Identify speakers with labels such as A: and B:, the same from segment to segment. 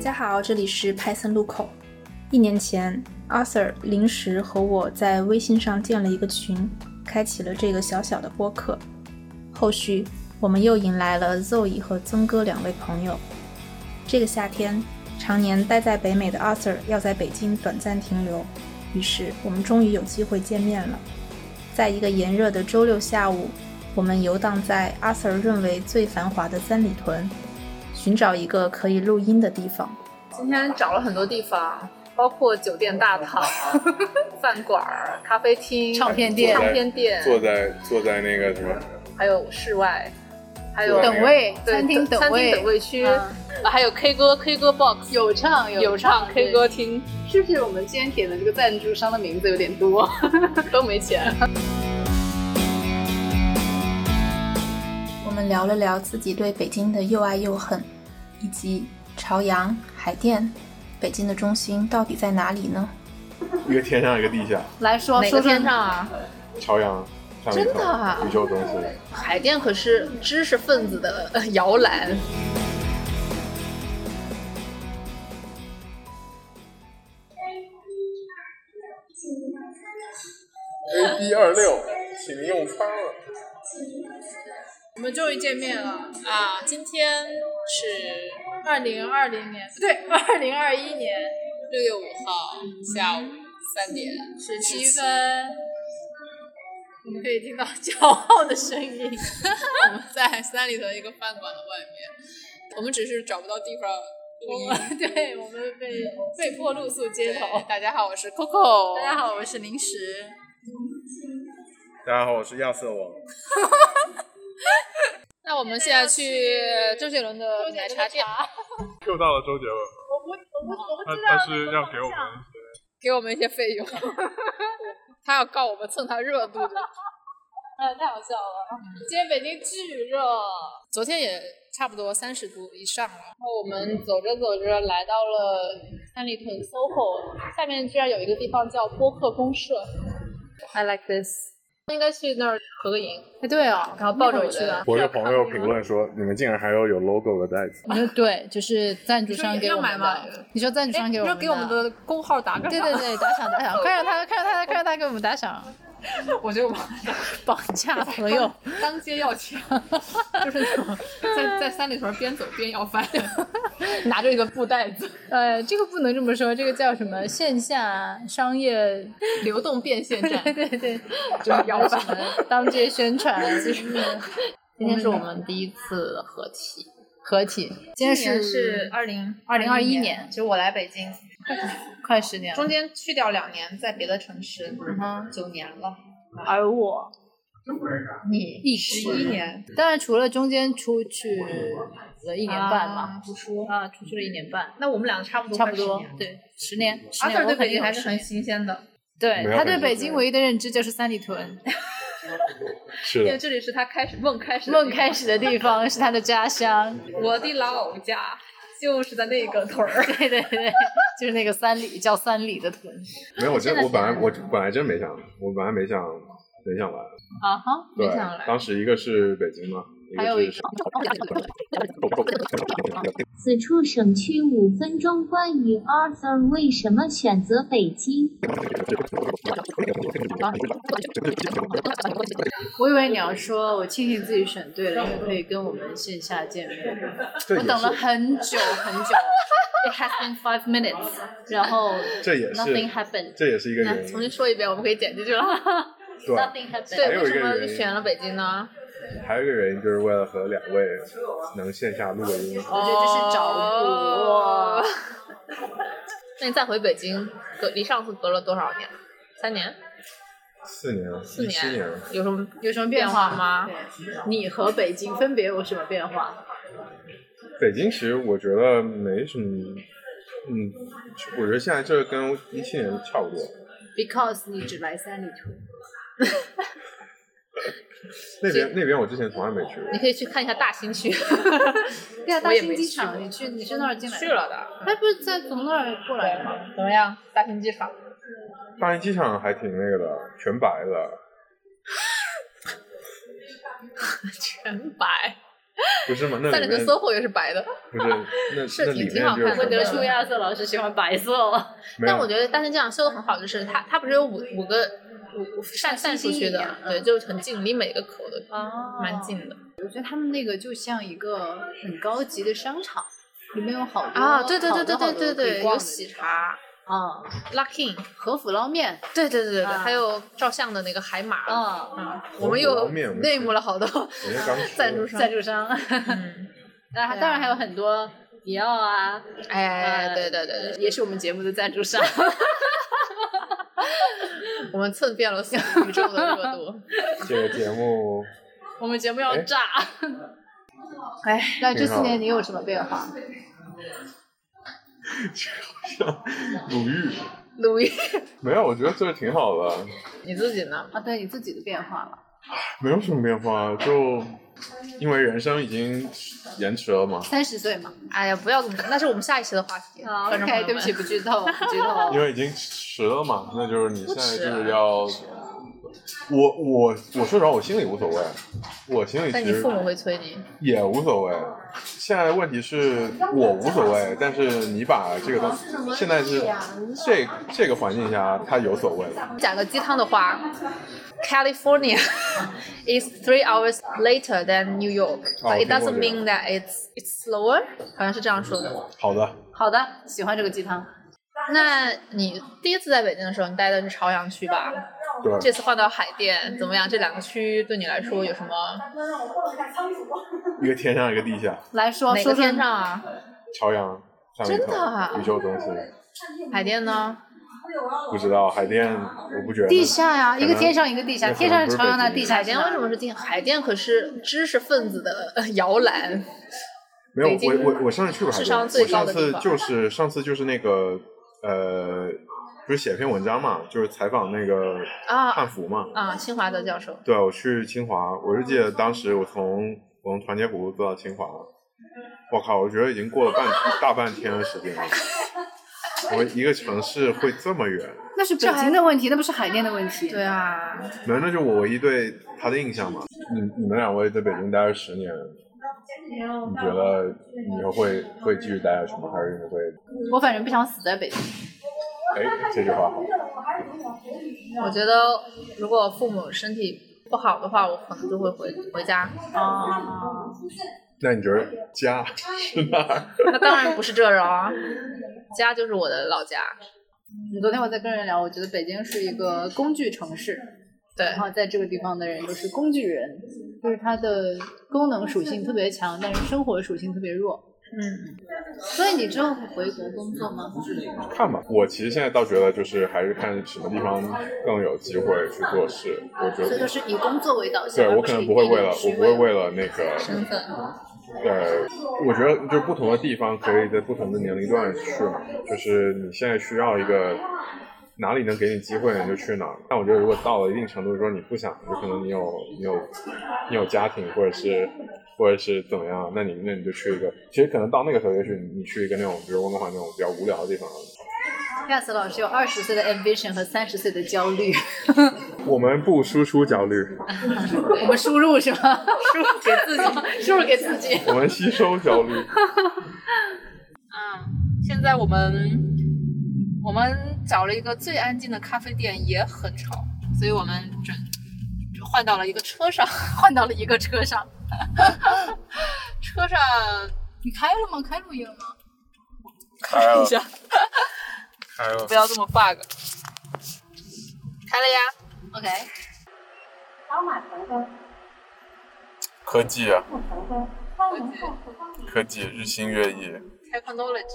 A: 家好，这里是 Python 路口。一年前，Arthur 临时和我在微信上建了一个群，开启了这个小小的播客。后续我们又迎来了 Zoe 和曾哥两位朋友。这个夏天，常年待在北美的 Arthur 要在北京短暂停留，于是我们终于有机会见面了。在一个炎热的周六下午，我们游荡在 Arthur 认为最繁华的三里屯，寻找一个可以录音的地方。
B: 今天找了很多地方，包括酒店大堂、 饭馆儿、咖啡厅、
C: 唱片店
B: 唱片店，
D: 坐在坐在那个什么，
B: 还有室外，还有
D: 对
C: 等位，
B: 对
C: 餐厅
B: 等
C: 等
B: 餐厅
C: 位
B: 等，位区，
C: 嗯
B: 啊还有 K 歌 K 歌 box
C: 有唱
B: 有唱 K 歌，厅
C: 对是不是我们今天给的这个赞助商的名字有点多？
B: 都没钱。
A: 我们聊了聊自己对北京的又爱又恨，以及朝阳、海淀，北京的中心到底在哪里呢？
D: 一个天上一个地下，
C: 来说
B: 哪
C: 说
B: 个
C: 说
B: 天，上啊？
D: 朝阳上
B: 真的啊
D: 宇宙中心，
B: 海淀可是知识分子的呃摇篮。
D: 一二六，请您用餐了。
E: 我们终于见面了啊！今天是二零二零年， 不对，二零二一年六月五号下午三点十七分。我们可以听到骄傲的声音。
F: 我们在三里屯一个饭馆的外面，我们只是找不到地方
E: 我
F: 录音。
E: 们对，我们被被迫露宿街头。
F: 大家好，我是 Coco。
E: 大家好，我是零食。
D: 大家好，我是亚瑟王。
F: 那我们现在去周杰伦的奶茶店，
D: Q 到了周杰伦，
E: 我不，我不，我
D: 他
E: 不知道。
D: 他是要给我们
F: 给我们一些费 用。他要告我们蹭他热度 的。哎
E: 呃，太好笑了。今天北京巨热，
F: 昨天也差不多三十度以上了。然后我们走着走着来到了三里屯 SOHO，下面居然有一个地方叫播客公社。
B: I like this。应该去那儿合个影，
F: 哎，对哦，
B: 然后抱着我去的。
D: 我有朋友评论说，你们竟然还有有 logo 的袋子，
C: 你说对，就是赞助商
E: 你说
C: 给我
E: 要
C: 们
E: 买
C: 的，你说赞
B: 哎
C: 助商给我
F: 你说
C: 们的，
F: 给我们的工号打个
C: 对对对，打赏打赏，快让他快让他快让他给我们打赏，
B: 我觉得我们
C: 绑架朋友，
B: 当街要 钱，就是那种在在三里屯边走边要 饭， 拿着一个布袋子，
C: 呃，这个不能这么说，这个叫什么线下商业
B: 流动变现站，
C: 对 对，
B: 就是摇
C: 什
B: 摆。
C: 么当街宣传，
B: 今天是我们第一次合体，
C: 合体。今天是
E: 二零
C: 二零二一年，
E: 就我来北京，
C: 快十年了，嗯
E: 间去掉两年，在别的城市，九年了，
C: 而我
E: 你
C: 一
E: 十一年
C: 当然除了中间出去了一年半嘛，
E: 读书，
C: 啊，出去了一年半，
E: 那我们俩差不多
C: 差不多，对，十嗯年，十
E: 阿
C: 年
E: Sir
C: 我
E: 对
C: 肯
E: 北
C: 定
E: 京还
C: 有
E: 是
C: 十
E: 很
C: 年。
E: 新鲜的，
C: 对
D: 没有
C: 他
D: 很
C: 对
D: 久
C: 北
D: 对
C: 京唯一的认知就是三里 屯，
D: 是
E: 因为，这里是他开始梦开始的地
C: 梦
E: 方
C: 开始的地方是他的家 乡，
E: 我的老家就是在那个屯儿，
C: 对对对，就是那个三里叫三里的屯
D: 没有，我真我本来我本来真没想，我本来没想没想来，
C: 啊哈，
D: 对
E: 没想来，
D: 当时一个是北京嘛，
C: 还有
D: 一个是
G: 此处省区五分钟关于 Arthur 为什么选择北京。
C: 我以为你要说，我庆幸自己选对了，因为可以跟我们线下见面。
D: 这
C: 我
D: 也
C: 等了
D: 是
C: 很久很久，It has been five minutes，然后
D: 这也
C: nothing
D: 是
C: happened。
D: 这也是一个
B: 来
D: 原
B: 重新
D: 因，
B: 说一遍，我们可以剪进去了。
D: 对，啊
C: Nothing happened。
B: 对，
D: 有
B: 为
D: 一
B: 什
D: 个
B: 么
D: 原因
B: 选了北京呢？
D: 还有一个原因就是为了和两 位能线下录个音，
F: 哦
C: 我觉得这是找我。
B: 那你再回北京，隔离上次隔了多少年？三年？
D: 四年，
B: 四
D: 一七年，
B: 有什么
C: 有什么
B: 变
C: 变化
B: 化？吗？
C: 你和北京分别有什么变化？
D: 北京其实我觉得没什么，嗯，我觉得现在这跟一七年差不多。
C: Because 你只来三里屯，
D: 那边那边我之前从来没去过
B: 你，可以去看一下大兴区，
C: 对啊，
B: 我
C: 大
B: 也
C: 兴
B: 没
C: 机场，你去你是那儿进来
B: 去
C: 的？
B: 了的。
C: 他不是在从那儿过来的吗？
B: 怎么样？大兴机场？
D: 大兴机场还挺那个的，全白的，
B: 全白。
D: 不是吗？那
F: 三
D: 里
F: 里屯
D: 面
F: SOHO 也是白的，
D: 不 是那
F: 是
D: 那
F: 挺
D: 里
F: 挺好
D: 面就是
F: 看的
C: 我
D: 什么
C: 得出亚瑟老师喜欢白色了。
D: 没
F: 但我
D: 有
F: 觉得大仙这样修的很好，就是它它不是有五五个五五扇扇出去的，对，就是很近，离每个口都
C: 哦
F: 蛮。近的。
C: 我觉得他们那个就像一个很高级的商场，里面有好多
F: 啊，对对对
C: 好
F: 对
C: 多好
F: 对
C: 多
F: 对
C: 可以
F: 对，
C: 逛
F: 有
C: 的
F: 喜
C: 地方
F: 茶、
C: 啊，
F: Luckin，
C: 和府捞面
F: 对对对对对，
C: 啊
F: 还有照相的那个海马，
C: 啊，
F: 嗯，我们又内幕了好 多
D: 人家刚说
F: 赞助商
C: 赞。助商。
F: 嗯，
C: 那还当 然还有很多迪奥啊，
F: 哎，
C: 呃
F: 对对对对，
C: 也是我们节目的赞助商。
F: 我们蹭遍了 宇宙的热度。
D: 这个节 目，
C: 我们节目要
D: 哎
C: 炸。哎，那这
D: 挺好
C: 四年你有什么变化？
D: 鲁豫
F: 鲁豫，
D: 没有，我觉得这挺好的，
F: 你自己呢？
C: 啊，对你自己的变化了。
D: 没有什么变化，啊就因为人生已经延迟了嘛，
C: 三十岁嘛。
F: 哎呀，不要这么，那是我们下一期的话题。
C: 啊
F: 观众朋
C: ，OK，
F: 友
C: 对不起，
F: 们，
C: 不剧透，不剧透
D: 因。为已经迟了嘛，那就是你现在
F: 迟啊
D: 就是要，我我我说实话，我心里无所谓，我心里
F: 但
D: 其
F: 你
D: 实
F: 父母会催你。
D: 也无所谓。现在问题是我无所谓，但是你把这个东现在是
F: 啊
D: 这这个环境下，他有所谓。
F: 讲个鸡汤的话，California is three hours later than New York,
D: 哦
F: but it
D: 我
F: doesn't
D: 听过这个
F: mean that it's it's slower，好像是这样说的。
D: 好的，
C: 好的，喜欢这个鸡汤。
F: 那你第一次在北京的时候，你待的是朝阳区吧？
D: 对，
F: 这次换到海淀怎么样？这两个区对你来说有什么
D: 一个天上一个地下，
C: 来说
F: 哪
C: 说
F: 个
C: 说
F: 偏上啊？
D: 朝阳。上面一
F: 真的啊
D: 层宇宙中心，
F: 海淀呢？
D: 不知道海淀，我不觉得。
C: 地下呀、
D: 可
C: 一
D: 能
C: 个天上一个地下，
D: 那可能
C: 天上是朝阳
D: 不
C: 的，
D: 是北京
C: 地下
F: 海
C: 是
F: 淀
C: 哪
F: 为什么是地？海淀可是知识分子的呃摇篮。
D: 没有
F: 北，京
D: 我我我上次去过海
F: 智
D: 淀，
F: 商最
D: 我
F: 高
D: 上
F: 的地
D: 次
F: 方
D: 就是上次就是那个呃，不是写篇文章嘛，就是采访那个
F: 啊
D: 汉服嘛。
F: 啊，清华的教授，
D: 对，我去清华，我就记得当时我从我从团结湖坐到清华了，我靠，我觉得已经过了半大半天的时间了。我一个城市会这么远，
C: 那是北京的问题，那不是海淀的问题。
F: 对啊，
D: 没有，那就是我唯一对他的印象嘛。你你们两位在北京待了十年，你觉得你以后会会继续待下去吗？还是你会？
C: 我反正不想死在北京。
D: 哎，这句话好。
F: 我觉得如果父母身体不好的话，我可能就会回回家。
C: 啊，
D: 那你觉得 家是哪儿？
F: 那当然不是这儿啊，家就是我的老家。
C: 昨天我在跟人聊，我觉得北京是一个工具城市，
F: 对
C: 然，后在这个地方的人都是工具人，就是它的功能属性特别强，但是生活属性特别弱。
F: 嗯，
C: 所以你之后会回国工作吗？
D: 看吧，我其实现在倒觉得就是还是看什么地方更有机会去做事。我觉
C: 所以
D: 得
C: 都，是以工作为导向，
D: 对
C: 而
D: 我
C: 不
D: 可
C: 是
D: 能
C: 以
D: 不会
C: 地理
D: 为了，我
C: 区
D: 不会
C: 为
D: 为了那个，
F: 身份。
D: 呃，我觉得就不同的地方可以在不同的年龄段去嘛，就是你现在需要一个。哪里能给你机会你就去哪儿。但我觉得如果到了一定程度，说你不想，有可能你有你有你有家庭，或者是或者是怎么样，那你那你就去一个。其实可能到那个时候，也许你去一个那种，比如温哥华那种比较无聊的地方，
C: 亚瑟老师有二十岁的 ambition 和三十岁的焦虑，
D: 我们不输出焦虑，
C: 我们输入是吗？输入给自己，输入给自己。
D: 我们吸收焦虑。
H: 嗯，现在我们我们找了一个最安静的咖啡店，也很吵，所以我们整换到了一个车上， 换到了一个车上。 车上，你开了吗？开录音了吗？
D: 开了
H: 一下，
D: 开了
H: 不，要这么 bug。开了呀，OK。
D: 科技啊，科技日新月异，
H: Technology，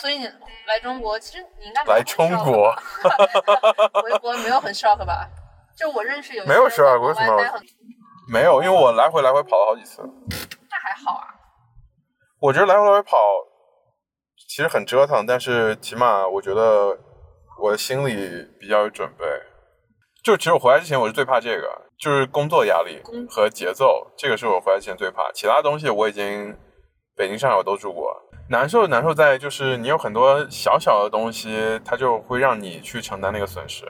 H: 所以你来中国，其实你应该没有
D: 来
H: 很
D: 中
H: shock
D: 国
H: 吧，回国没有很 shock 吧？就我认识有一些
D: 没有 shock，
H: 国
D: 为什
H: 外
D: 么
H: 待很
D: 没有，因为我来回来回跑了好几次，
H: 那还好啊。
D: 我觉得来回来回跑其实很折腾，但是起码我觉得我的心里比较有准备。就其实我回来之前我是最怕这个，就是工作压力和节奏，这个是我回来之前最怕。其他东西我已经北京、上海我都住过，难受难受在就是你有很多小小的东西，它就会让你去承担那个损失。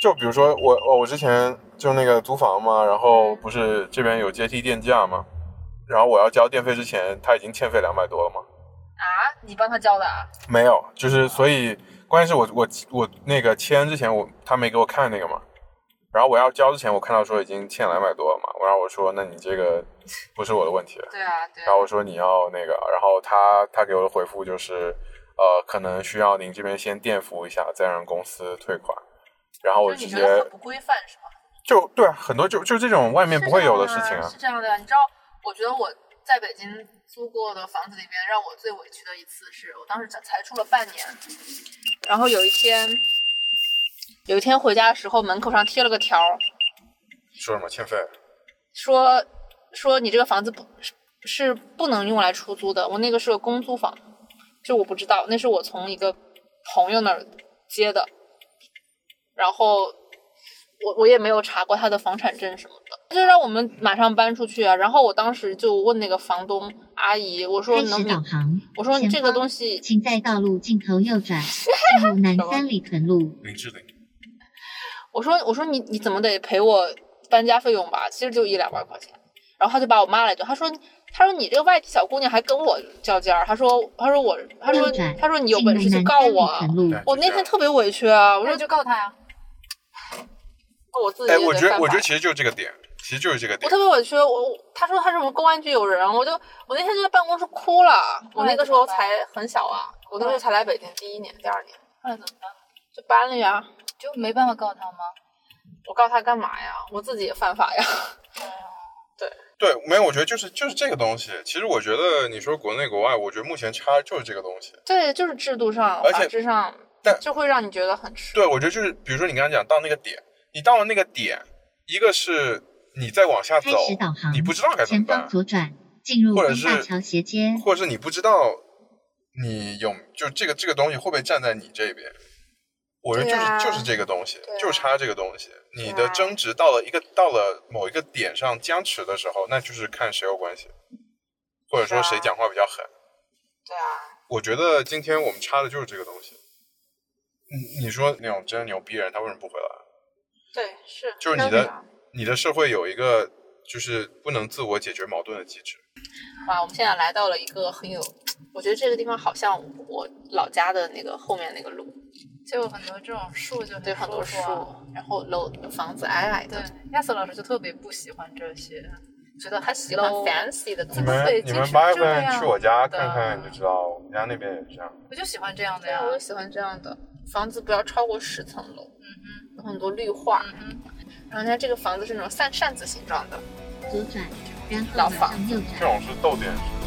D: 就比如说哦我我我之前就那个租房嘛，然后不是这边有阶梯电价嘛，然后我要交电费之前，他已经欠费两百多了嘛。
F: 啊，你帮他交的啊？
D: 没有，就是所以关键是我我我那个签之前我他没给我看那个嘛，然后我要交之前我看到说已经欠两百多了嘛，我然后我说那你这个不是我的问题，
F: 对啊，对
D: 然后我说你要那个，然后他他给我的回复就是呃可能需要您这边先垫付一下，再让公司退款，然后我
F: 就是
D: 直
F: 你觉得
D: 接
F: 很不规范是吗？
D: 就对啊，很多就就这种外面
F: 是
D: 不会
F: 这样
D: 有的
F: 的
D: 事情啊
F: 是，这样的，你知道，我觉得我在北京租过的房子里边，让我最委屈的一次是我当时才才住了半年，然后有一天，有一天回家的时候，门口上贴了个条儿，
D: 说什么欠费？
F: 说说你这个房子不是是不能用来出租的，我那个是个公租房，就我不知道，那是我从一个朋友那儿接的，然后我我也没有查过他的房产证什么的，就让我们马上搬出去啊。然后我当时就问那个房东阿姨，我说
I: 开
F: 能
I: 始
F: 不
I: 导
F: 能，
I: 航。
F: 我说你这个东
I: 西，
F: 西
I: 请在道路尽头 右转，进入南三里屯路。
D: 林志玲，
F: 我说我说你你怎么得赔我搬家费用吧？其实就一两万块钱。然后他就把我骂了一顿，他说他说你这个外地小姑娘还跟我较劲儿，他说他说我他说
I: 右转
F: 他说你有本事去告我。
I: 进入南三里屯路
F: 我啊那天特别委屈啊，我
C: 我
F: 说
C: 说就告他呀，
F: 我自己
D: 哎，
F: 也
D: 我觉
F: 犯
D: 得
F: 法
D: 我觉得其实就是这个点，其实就是这个
F: 我
D: 点
F: 特。别委屈，我我他说他什么公安局有人，我就我那天就在办公室哭了。我那个时候才很小啊，我那时候才来北京第一年、第二年，
C: 后来怎么办？
F: 就搬了呀。
C: 就没办法告他吗？
F: 我告他干嘛呀？我自己也犯法呀。
D: 对，没有，我觉得就是就是这个东西。其实我觉得你说国内国外，我觉得目前差就是这个东西。
F: 对，就是制度上、
D: 而且
F: 法制上
D: 但，
F: 就会让你觉得很吃。
D: 对，我觉得就是比如说你刚刚讲到那个点，你到了那个点，一个是你再往下走
I: 开始导航，
D: 你不知道该怎么
I: 前
D: 办
I: 方，左转，进入
D: 或者
I: 东
D: 是
I: 大桥斜街。
D: 或者是你不知道你有就这个这个东西会不会站在你这边。我觉得就是、
F: 对啊
D: 就是这个东西，
F: 对啊
D: 就差这个东西。你
F: 对
D: 的
F: 啊
D: 争执到了一个到了某一个点上僵持的时候，那就是看谁有关系，或者说
F: 是啊
D: 谁讲话比较狠。
F: 对啊，
D: 我觉得今天我们插的就是这个东西。嗯你你说那种真的牛逼人，他为什么不回来？
F: 对是。
D: 就是你
F: 当然
D: 的你的社会有一个就是不能自我解决矛盾的机制。
F: 啊哇，我们现在来到了一个很有，我觉得这个地方好像我老家的那个后面那个路，
C: 就有很多这种树就
F: 对，很多树，然后楼房子矮矮
C: 啊对
F: 的，，
C: 亚瑟老师就特别不喜欢这些，觉得
F: 他
C: 很
F: 喜欢
C: low
F: fancy 的
D: 你
F: 东西。
C: 对
D: 们你
C: 就
D: 们
C: 是
D: 八月
C: 这
D: 份
C: 样
D: 去我家
C: 的
D: 看看，你就知道我们家那边也是这样。
C: 我就喜欢这样的
F: 对
C: 呀
F: 啊，。我也喜欢这样的房子，不要超过十层楼，嗯嗯，有很多绿化，
C: 嗯哼，
F: 然后它这个房子是那种扇扇子形状的，
I: 左转，然后
F: 老
I: 马
F: 房
I: 上右
D: 这
I: 转。
D: 种是逗点式的。